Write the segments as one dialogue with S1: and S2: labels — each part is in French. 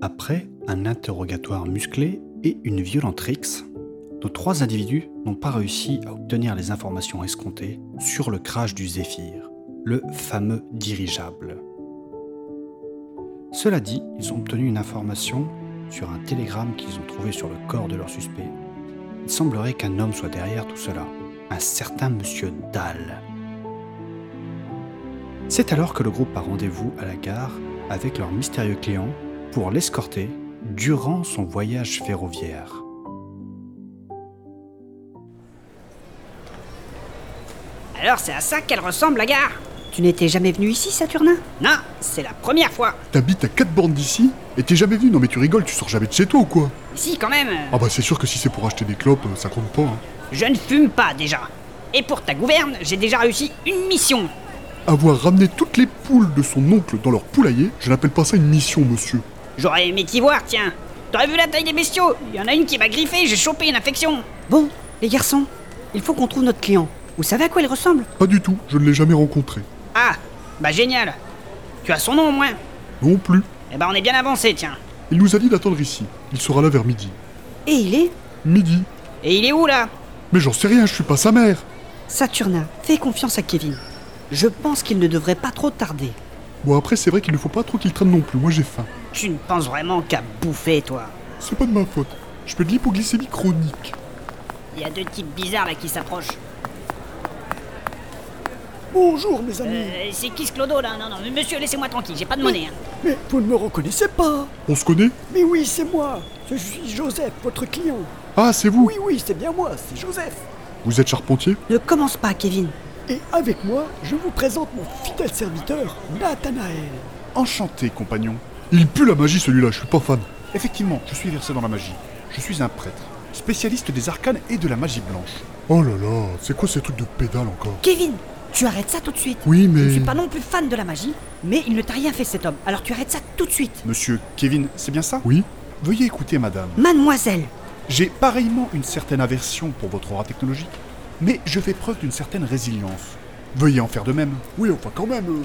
S1: Après un interrogatoire musclé et une violente rixe, nos trois individus n'ont pas réussi à obtenir les informations escomptées sur le crash du Zéphyr, le fameux dirigeable. Cela dit, ils ont obtenu une information sur un télégramme qu'ils ont trouvé sur le corps de leur suspect. Il semblerait qu'un homme soit derrière tout cela, un certain monsieur Dahl. C'est alors que le groupe a rendez-vous à la gare avec leur mystérieux client pour l'escorter durant son voyage ferroviaire.
S2: Alors c'est à ça qu'elle ressemble la gare
S3: Tu n'étais jamais venu ici, Saturnin
S2: Non, c'est la première fois
S4: T'habites à 4 bornes d'ici et t'es jamais venu Non mais tu rigoles, tu sors jamais de chez toi ou quoi
S2: Ici quand même
S4: Ah bah c'est sûr que si c'est pour acheter des clopes, euh, ça compte pas. hein.
S2: Je ne fume pas déjà Et pour ta gouverne, j'ai déjà réussi une mission
S4: Avoir ramené toutes les poules de son oncle dans leur poulailler, je n'appelle pas ça une mission, monsieur.
S2: J'aurais aimé t'y voir, tiens T'aurais vu la taille des bestiaux Il y en a une qui m'a griffé, j'ai chopé une infection
S3: Bon, les garçons, il faut qu'on trouve notre client. Vous savez à quoi il ressemble
S4: Pas du tout, je ne l'ai jamais rencontré.
S2: Ah Bah génial Tu as son nom au moins
S4: Non plus.
S2: Eh bah on est bien avancé, tiens
S4: Il nous a dit d'attendre ici. Il sera là vers midi.
S3: Et il est
S4: Midi
S2: Et il est où là
S4: Mais j'en sais rien, je suis pas sa mère.
S3: Saturnin, fais confiance à Kevin. Je pense qu'il ne devrait pas trop tarder.
S4: Bon après c'est vrai qu'il ne faut pas trop qu'il traîne non plus, moi j'ai faim.
S2: Tu ne penses vraiment qu'à bouffer, toi
S4: C'est pas de ma faute. Je fais de l'hypoglycémie chronique.
S2: Il y a deux types bizarres là qui s'approchent.
S5: Bonjour mes amis,
S2: Euh, c'est qui ce clodo là Non, non, mais monsieur, laissez-moi tranquille, j'ai pas de monnaie. hein.
S5: mais vous ne me reconnaissez pas
S4: On se connaît
S5: Mais oui, c'est moi Je suis Joseph, votre client.
S4: Ah c'est vous
S5: Oui, oui, c'est bien moi, c'est Joseph.
S4: Vous êtes charpentier
S3: Ne commence pas, Kevin.
S5: Et avec moi, je vous présente mon fidèle serviteur, Nathanaël.
S6: Enchanté, compagnon.
S4: Il pue la magie celui-là, je suis pas fan.
S6: Effectivement, je suis versé dans la magie. Je suis un prêtre, spécialiste des arcanes et de la magie blanche.
S4: Oh là là, c'est quoi ces trucs de pédale encore
S3: Kevin Tu arrêtes ça tout de suite.
S4: Oui mais...
S3: Je ne suis pas non plus fan de la magie, mais il ne t'a rien fait cet homme, alors tu arrêtes ça tout de suite.
S6: Monsieur Kevin, c'est bien ça
S4: Oui
S6: Veuillez écouter, madame.
S3: Mademoiselle,
S6: J'ai pareillement une certaine aversion pour votre aura technologique, mais je fais preuve d'une certaine résilience. Veuillez en faire de même.
S4: Oui enfin quand même... euh,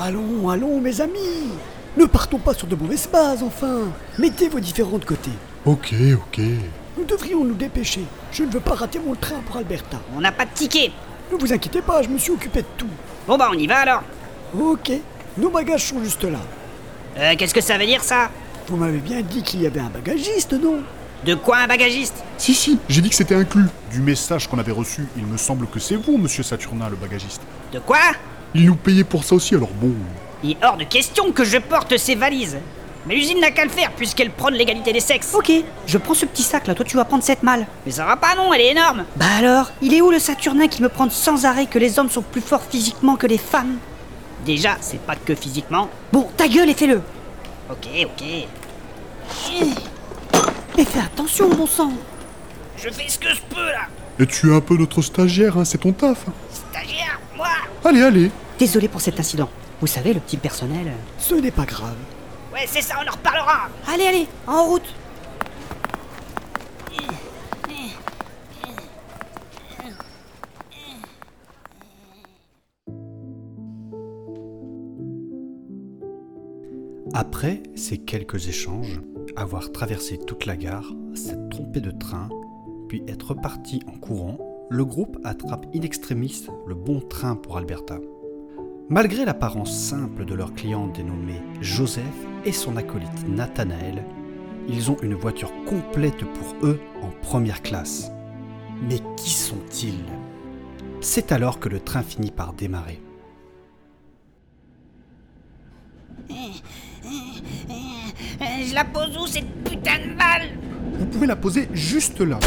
S5: Allons, allons mes amis Ne partons pas sur de mauvaises bases, enfin Mettez vos différents de côté.
S4: Ok ok...
S5: Nous devrions nous dépêcher. Je ne veux pas rater mon train pour Alberta.
S2: On n'a pas de ticket
S5: Ne vous inquiétez pas, je me suis occupé de tout.
S2: Bon bah on y va alors
S5: Ok, nos bagages sont juste là.
S2: Euh, qu'est-ce que ça veut dire ça
S5: Vous m'avez bien dit qu'il y avait un bagagiste, non
S2: De quoi un bagagiste
S4: Si si, j'ai dit que c'était inclus.
S6: Du message qu'on avait reçu, il me semble que c'est vous, monsieur Saturnin, le bagagiste.
S2: De quoi
S4: Ils nous payaient pour ça aussi alors bon...
S2: Il est hors de question que je porte ces valises Mais l'usine n'a qu'à le faire puisqu'elle prône l'égalité des sexes
S3: ok, je prends ce petit sac là, toi tu vas prendre cette malle.
S2: Mais ça va pas non, elle est énorme
S3: Bah alors, il est où le Saturnin qui me prend sans arrêt que les hommes sont plus forts physiquement que les femmes
S2: Déjà, c'est pas que physiquement.
S3: Bon, ta gueule et fais-le.
S2: Ok, ok.
S3: Mais fais attention, bon sang.
S2: Je fais ce que je peux là
S4: Et tu es un peu notre stagiaire, hein, c'est ton taf. hein.
S2: Stagiaire, moi
S4: Allez allez
S3: Désolé pour cet incident. Vous savez, le petit personnel.
S5: Ce n'est pas grave.
S2: Ouais, c'est ça, on en reparlera
S3: Allez, allez, en route.
S1: Après ces quelques échanges, avoir traversé toute la gare, s'être trompé de train, puis être parti en courant, le groupe attrape in extremis le bon train pour Alberta. Malgré l'apparence simple de leur client dénommé Joseph et son acolyte Nathanaël, ils ont une voiture complète pour eux en première classe. Mais qui sont-ils C'est alors que le train finit par démarrer.
S2: Euh, Je la pose où cette putain de balle
S6: Vous pouvez la poser juste là.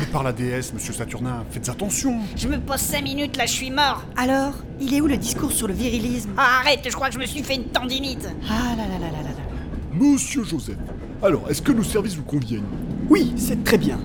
S6: Mais par la déesse, monsieur Saturnin, faites attention.
S2: Je me pose 5 minutes là, je suis mort
S3: Alors, il est où le discours sur le virilisme
S2: Ah, arrête, je crois que je me suis fait une tendinite
S3: Ah là là là là là là.
S4: Monsieur Joseph, alors est-ce que nos services vous conviennent
S5: Oui, c'est très bien.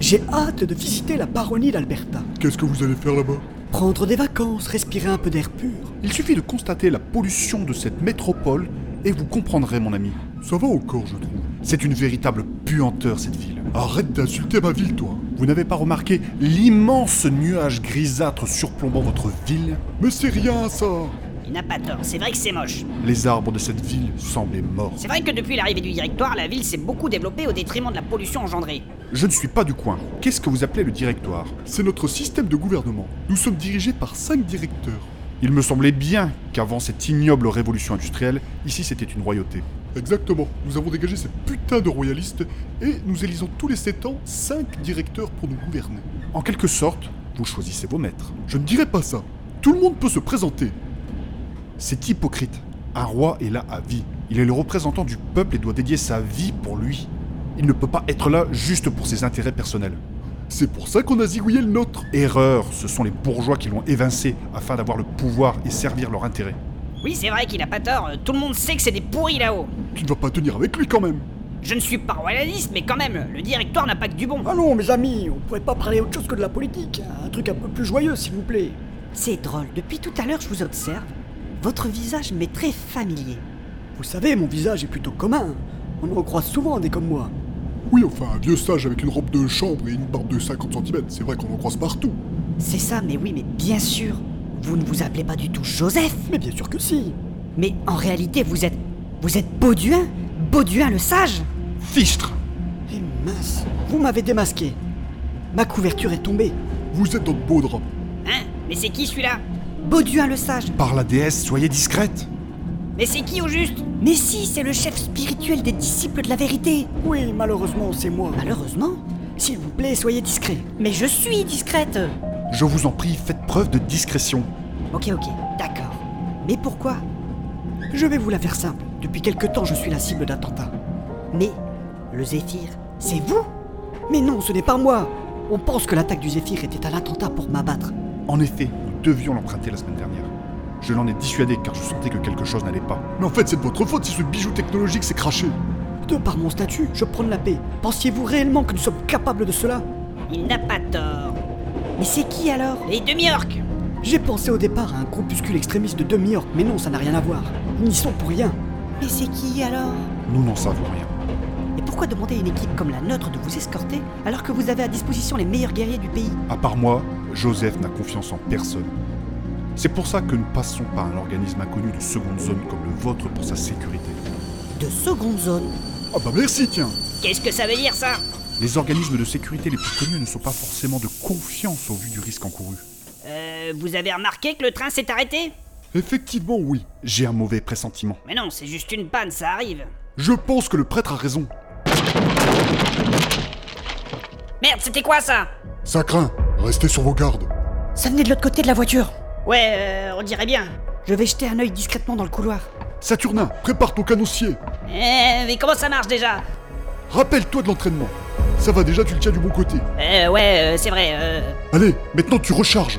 S5: J'ai hâte de visiter la baronnie d'Alberta.
S4: Qu'est-ce que vous allez faire là-bas
S5: Prendre des vacances, respirer un peu d'air pur.
S6: Il suffit de constater la pollution de cette métropole et vous comprendrez, mon ami.
S4: Ça va encore, je trouve.
S6: C'est une véritable puanteur, cette ville.
S4: Arrête d'insulter ma ville, toi.
S6: Vous n'avez pas remarqué l'immense nuage grisâtre surplombant votre ville
S4: Mais c'est rien, ça
S2: Il n'a pas tort, c'est vrai que c'est moche.
S6: Les arbres de cette ville semblaient morts.
S2: C'est vrai que depuis l'arrivée du directoire, la ville s'est beaucoup développée au détriment de la pollution engendrée.
S6: Je ne suis pas du coin. Qu'est-ce que vous appelez le directoire
S4: C'est notre système de gouvernement. Nous sommes dirigés par cinq directeurs.
S6: Il me semblait bien qu'avant cette ignoble révolution industrielle, ici c'était une royauté.
S4: Exactement. Nous avons dégagé ces putains de royalistes et nous élisons tous les sept ans cinq directeurs pour nous gouverner.
S6: En quelque sorte, vous choisissez vos maîtres.
S4: Je ne dirais pas ça. Tout le monde peut se présenter.
S6: C'est hypocrite. Un roi est là à vie. Il est le représentant du peuple et doit dédier sa vie pour lui. Il ne peut pas être là juste pour ses intérêts personnels.
S4: C'est pour ça qu'on a zigouillé le nôtre.
S6: Erreur, ce sont les bourgeois qui l'ont évincé afin d'avoir le pouvoir et servir leur intérêt.
S2: Oui, c'est vrai qu'il n'a pas tort, euh, tout le monde sait que c'est des pourris là-haut.
S4: Tu ne vas pas tenir avec lui quand même.
S2: Je ne suis pas royaliste, mais quand même, le directoire n'a pas que du bon.
S5: Allons, Ah mes amis, on pourrait pas parler autre chose que de la politique. Un truc un peu plus joyeux, s'il vous plaît.
S3: C'est drôle, depuis tout à l'heure je vous observe. Votre visage m'est très familier.
S5: Vous savez, mon visage est plutôt commun. On en croise souvent des comme moi.
S4: Oui, enfin, un vieux sage avec une robe de chambre et une barbe de 50 cm, c'est vrai qu'on en croise partout.
S3: C'est ça, mais oui, mais bien sûr. Vous ne vous appelez pas du tout Joseph,
S5: Mais bien sûr que si.
S3: mais en réalité vous êtes. Vous êtes Bauduin Bauduin le sage
S6: Fichtre
S5: Et Eh mince, vous m'avez démasqué. Ma couverture est tombée.
S4: Vous êtes dans de beaux draps.
S2: Hein Mais c'est qui celui-là
S3: Bauduin hein, le sage
S6: Par la déesse, soyez discrète
S2: Mais c'est qui au juste
S3: Mais si, c'est le chef spirituel des disciples de la vérité
S5: Oui, malheureusement, c'est moi.
S3: Malheureusement
S5: S'il vous plaît, soyez discret.
S3: Mais je suis discrète
S6: Je vous en prie, faites preuve de discrétion.
S3: Ok, ok, d'accord. Mais pourquoi
S5: Je vais vous la faire simple. Depuis quelque temps, je suis la cible d'attentats.
S3: Mais le Zéphyr, c'est vous
S5: Mais non, ce n'est pas moi. On pense que l'attaque du Zéphyr était un attentat pour m'abattre.
S6: En effet, nous devions l'emprunter la semaine dernière. Je l'en ai dissuadé car je sentais que quelque chose n'allait pas.
S4: Mais en fait, c'est de votre faute si ce bijou technologique s'est craché.
S5: De par mon statut, je prône la paix. Pensiez-vous réellement que nous sommes capables de cela
S2: Il n'a pas tort.
S3: Mais c'est qui alors
S2: Les demi-orques
S5: J'ai pensé au départ à un groupuscule extrémiste de demi-orc, mais non, ça n'a rien à voir. Ils n'y sont pour rien.
S3: Mais c'est qui alors
S6: Nous n'en savons rien.
S3: Et pourquoi demander à une équipe comme la nôtre de vous escorter alors que vous avez à disposition les meilleurs guerriers du pays
S6: À part moi, Joseph n'a confiance en personne. C'est pour ça que nous passons par un organisme inconnu de seconde zone comme le vôtre pour sa sécurité.
S3: De seconde zone
S4: Ah bah merci, tiens.
S2: Qu'est-ce que ça veut dire ça
S6: Les organismes de sécurité les plus connus ne sont pas forcément de confiance au vu du risque encouru.
S2: Euh, vous avez remarqué que le train s'est arrêté
S4: Effectivement, oui.
S6: J'ai un mauvais pressentiment.
S2: Mais non, c'est juste une panne, ça arrive.
S4: Je pense que le prêtre a raison.
S2: Merde, c'était quoi ça
S4: Ça craint. Restez sur vos gardes.
S3: Ça venait de l'autre côté de la voiture
S2: Ouais, euh, on dirait bien.
S3: Je vais jeter un œil discrètement dans le couloir.
S4: Saturnin, prépare ton canoncier.
S2: Eh, mais comment ça marche déjà
S4: Rappelle-toi de l'entraînement. Ça va déjà, tu le tiens du bon côté.
S2: Euh, ouais, euh, c'est vrai, euh...
S4: Allez, maintenant tu recharges.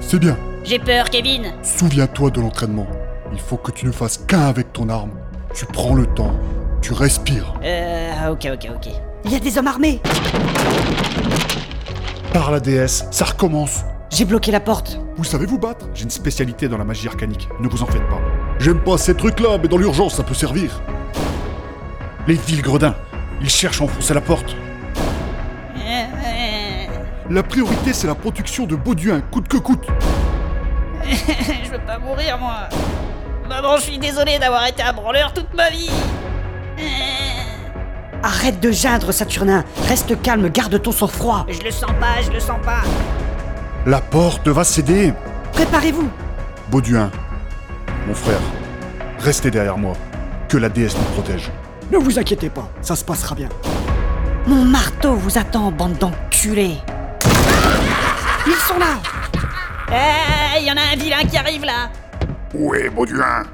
S4: C'est bien.
S2: J'ai peur, Kevin
S4: Souviens-toi de l'entraînement. Il faut que tu ne fasses qu'un avec ton arme. Tu prends le temps. Tu respires.
S2: Euh, ok, ok, ok.
S3: Il y a des hommes armés
S6: Par la déesse, ça recommence.
S3: J'ai bloqué la porte.
S4: Vous savez vous battre
S6: J'ai une spécialité dans la magie arcanique, ne vous en faites pas.
S4: J'aime pas ces trucs-là, mais dans l'urgence, ça peut servir.
S6: Les villes gredins, ils cherchent à enfoncer la porte.
S4: La priorité, c'est la production de Bauduin, coûte que coûte.
S2: Je veux pas mourir, moi. Maman, je suis désolé d'avoir été un branleur toute ma vie.
S3: Arrête de geindre, Saturnin Reste calme, garde ton sang-froid
S2: Je le sens pas, je le sens pas.
S6: La porte va céder.
S3: Préparez-vous
S6: Bauduin, mon frère, restez derrière moi. Que la déesse nous protège.
S5: Ne vous inquiétez pas, ça se passera bien.
S3: Mon marteau vous attend, bande d'enculés Ils sont là
S2: Eh, y en a un vilain qui arrive là.
S7: Où est Bauduin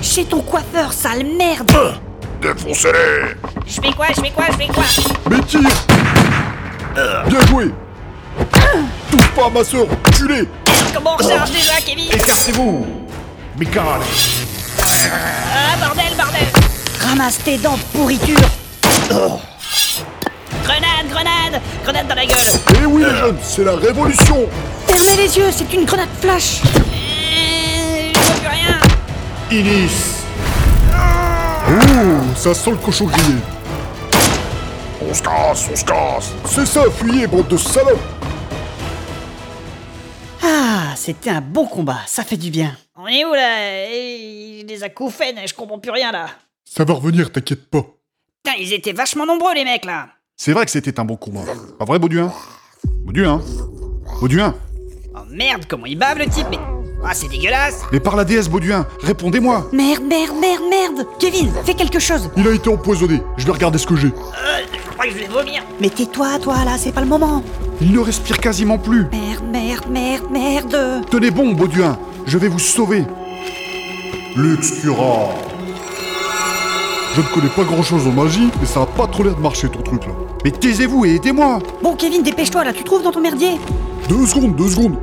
S3: Chez ton coiffeur, sale merde
S6: Hein
S7: Défoncez-les
S2: Je fais quoi, je fais quoi, je fais quoi
S4: Mais tire Bien joué Touche pas à ma sœur, culé
S2: Comment on recharge déjà, Kevin
S6: Écartez-vous Mais carré
S2: Ah, bordel, bordel
S3: Ramasse tes dents, pourriture
S2: Grenade, grenade Grenade dans la gueule
S4: Eh oui les jeunes, c'est la révolution
S3: Fermez les yeux, c'est une grenade flash
S2: Euh, Je vois plus rien
S6: Inis Ah.
S4: Ouh, ça sent le cochon grillé.
S7: On se casse, on se casse
S4: C'est ça, fuyez, bande de salopes
S3: Ah, c'était un bon combat, ça fait du bien.
S2: On est où là Eh, Les acouphènes, je comprends plus rien là.
S4: Ça va revenir, t'inquiète pas.
S2: Putain, ils étaient vachement nombreux les mecs là.
S6: C'est vrai que c'était un bon combat. Pas vrai, hein Bauduin Bauduin Bauduin
S2: Oh merde, comment il bave le type, mais. Ah, c'est dégueulasse
S6: Mais par la déesse, Bauduin Répondez-moi
S3: Merde, merde, merde, merde Kevin, fais quelque chose
S4: Il a été empoisonné, je vais regarder ce que j'ai.
S2: Euh, Je crois que je vais vomir
S3: Mais tais-toi, toi, là, c'est pas le moment
S6: Il ne respire quasiment plus
S3: Merde, merde, merde, merde
S6: Tenez bon, Bauduin Je vais vous sauver
S4: Luxcura Je ne connais pas grand chose en magie, mais ça a pas trop l'air de marcher ton truc là.
S6: Mais taisez-vous et aidez-moi
S3: Bon, Kevin, dépêche-toi, là, tu trouves dans ton merdier
S4: Deux secondes, deux secondes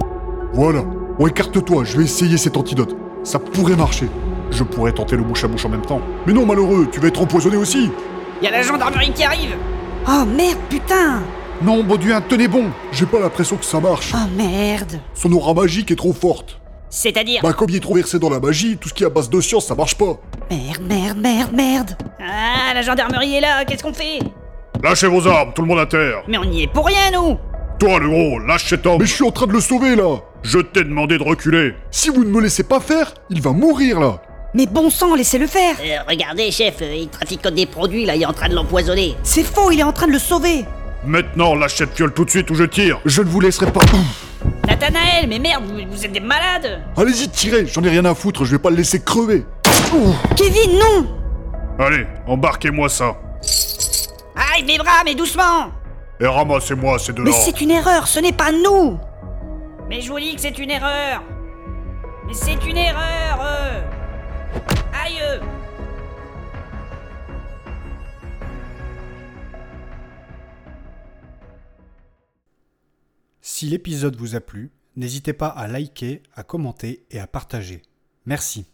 S4: Voilà, on écarte-toi, je vais essayer cet antidote. Ça pourrait marcher.
S6: Je pourrais tenter le bouche à bouche en même temps.
S4: Mais non, malheureux, tu vas être empoisonné aussi
S2: Y'a la gendarmerie qui arrive
S3: Oh merde, putain
S6: Non, Bauduin, tenez bon
S4: J'ai pas l'impression que ça marche.
S3: Oh merde
S4: Son aura magique est trop forte.
S2: C'est-à-dire
S4: Bah comme il est trop versé dans la magie, tout ce qui est à base de science, ça marche pas.
S3: Merde, merde, merde, merde
S2: Ah, la gendarmerie est là, qu'est-ce qu'on fait
S7: Lâchez vos armes, tout le monde à terre
S2: Mais on y est pour rien, nous
S7: Toi, le gros, lâche cet homme
S4: Mais je suis en train de le sauver là
S7: Je t'ai demandé de reculer
S4: Si vous ne me laissez pas faire, il va mourir là
S3: Mais bon sang, laissez-le faire
S2: Euh, Regardez, chef, il trafique des produits, là, il est en train de l'empoisonner.
S3: C'est faux, il est en train de le sauver
S7: Maintenant, lâche cette fiole tout de suite ou je tire
S6: Je ne vous laisserai pas... Ouf.
S2: Nathanaël, mais merde, vous, vous êtes des malades
S4: Allez-y, tirez, j'en ai rien à foutre, je vais pas le laisser crever
S3: Kevin, non
S7: Allez, embarquez-moi ça
S2: Aïe, mes bras, mais doucement
S7: Et ramassez-moi ces deux
S3: Mais
S7: lents.
S3: c'est une erreur, ce n'est pas nous
S2: Mais je vous dis que c'est une erreur Mais c'est une erreur euh. Aïe euh.
S1: Si l'épisode vous a plu, n'hésitez pas à liker, à commenter et à partager. Merci.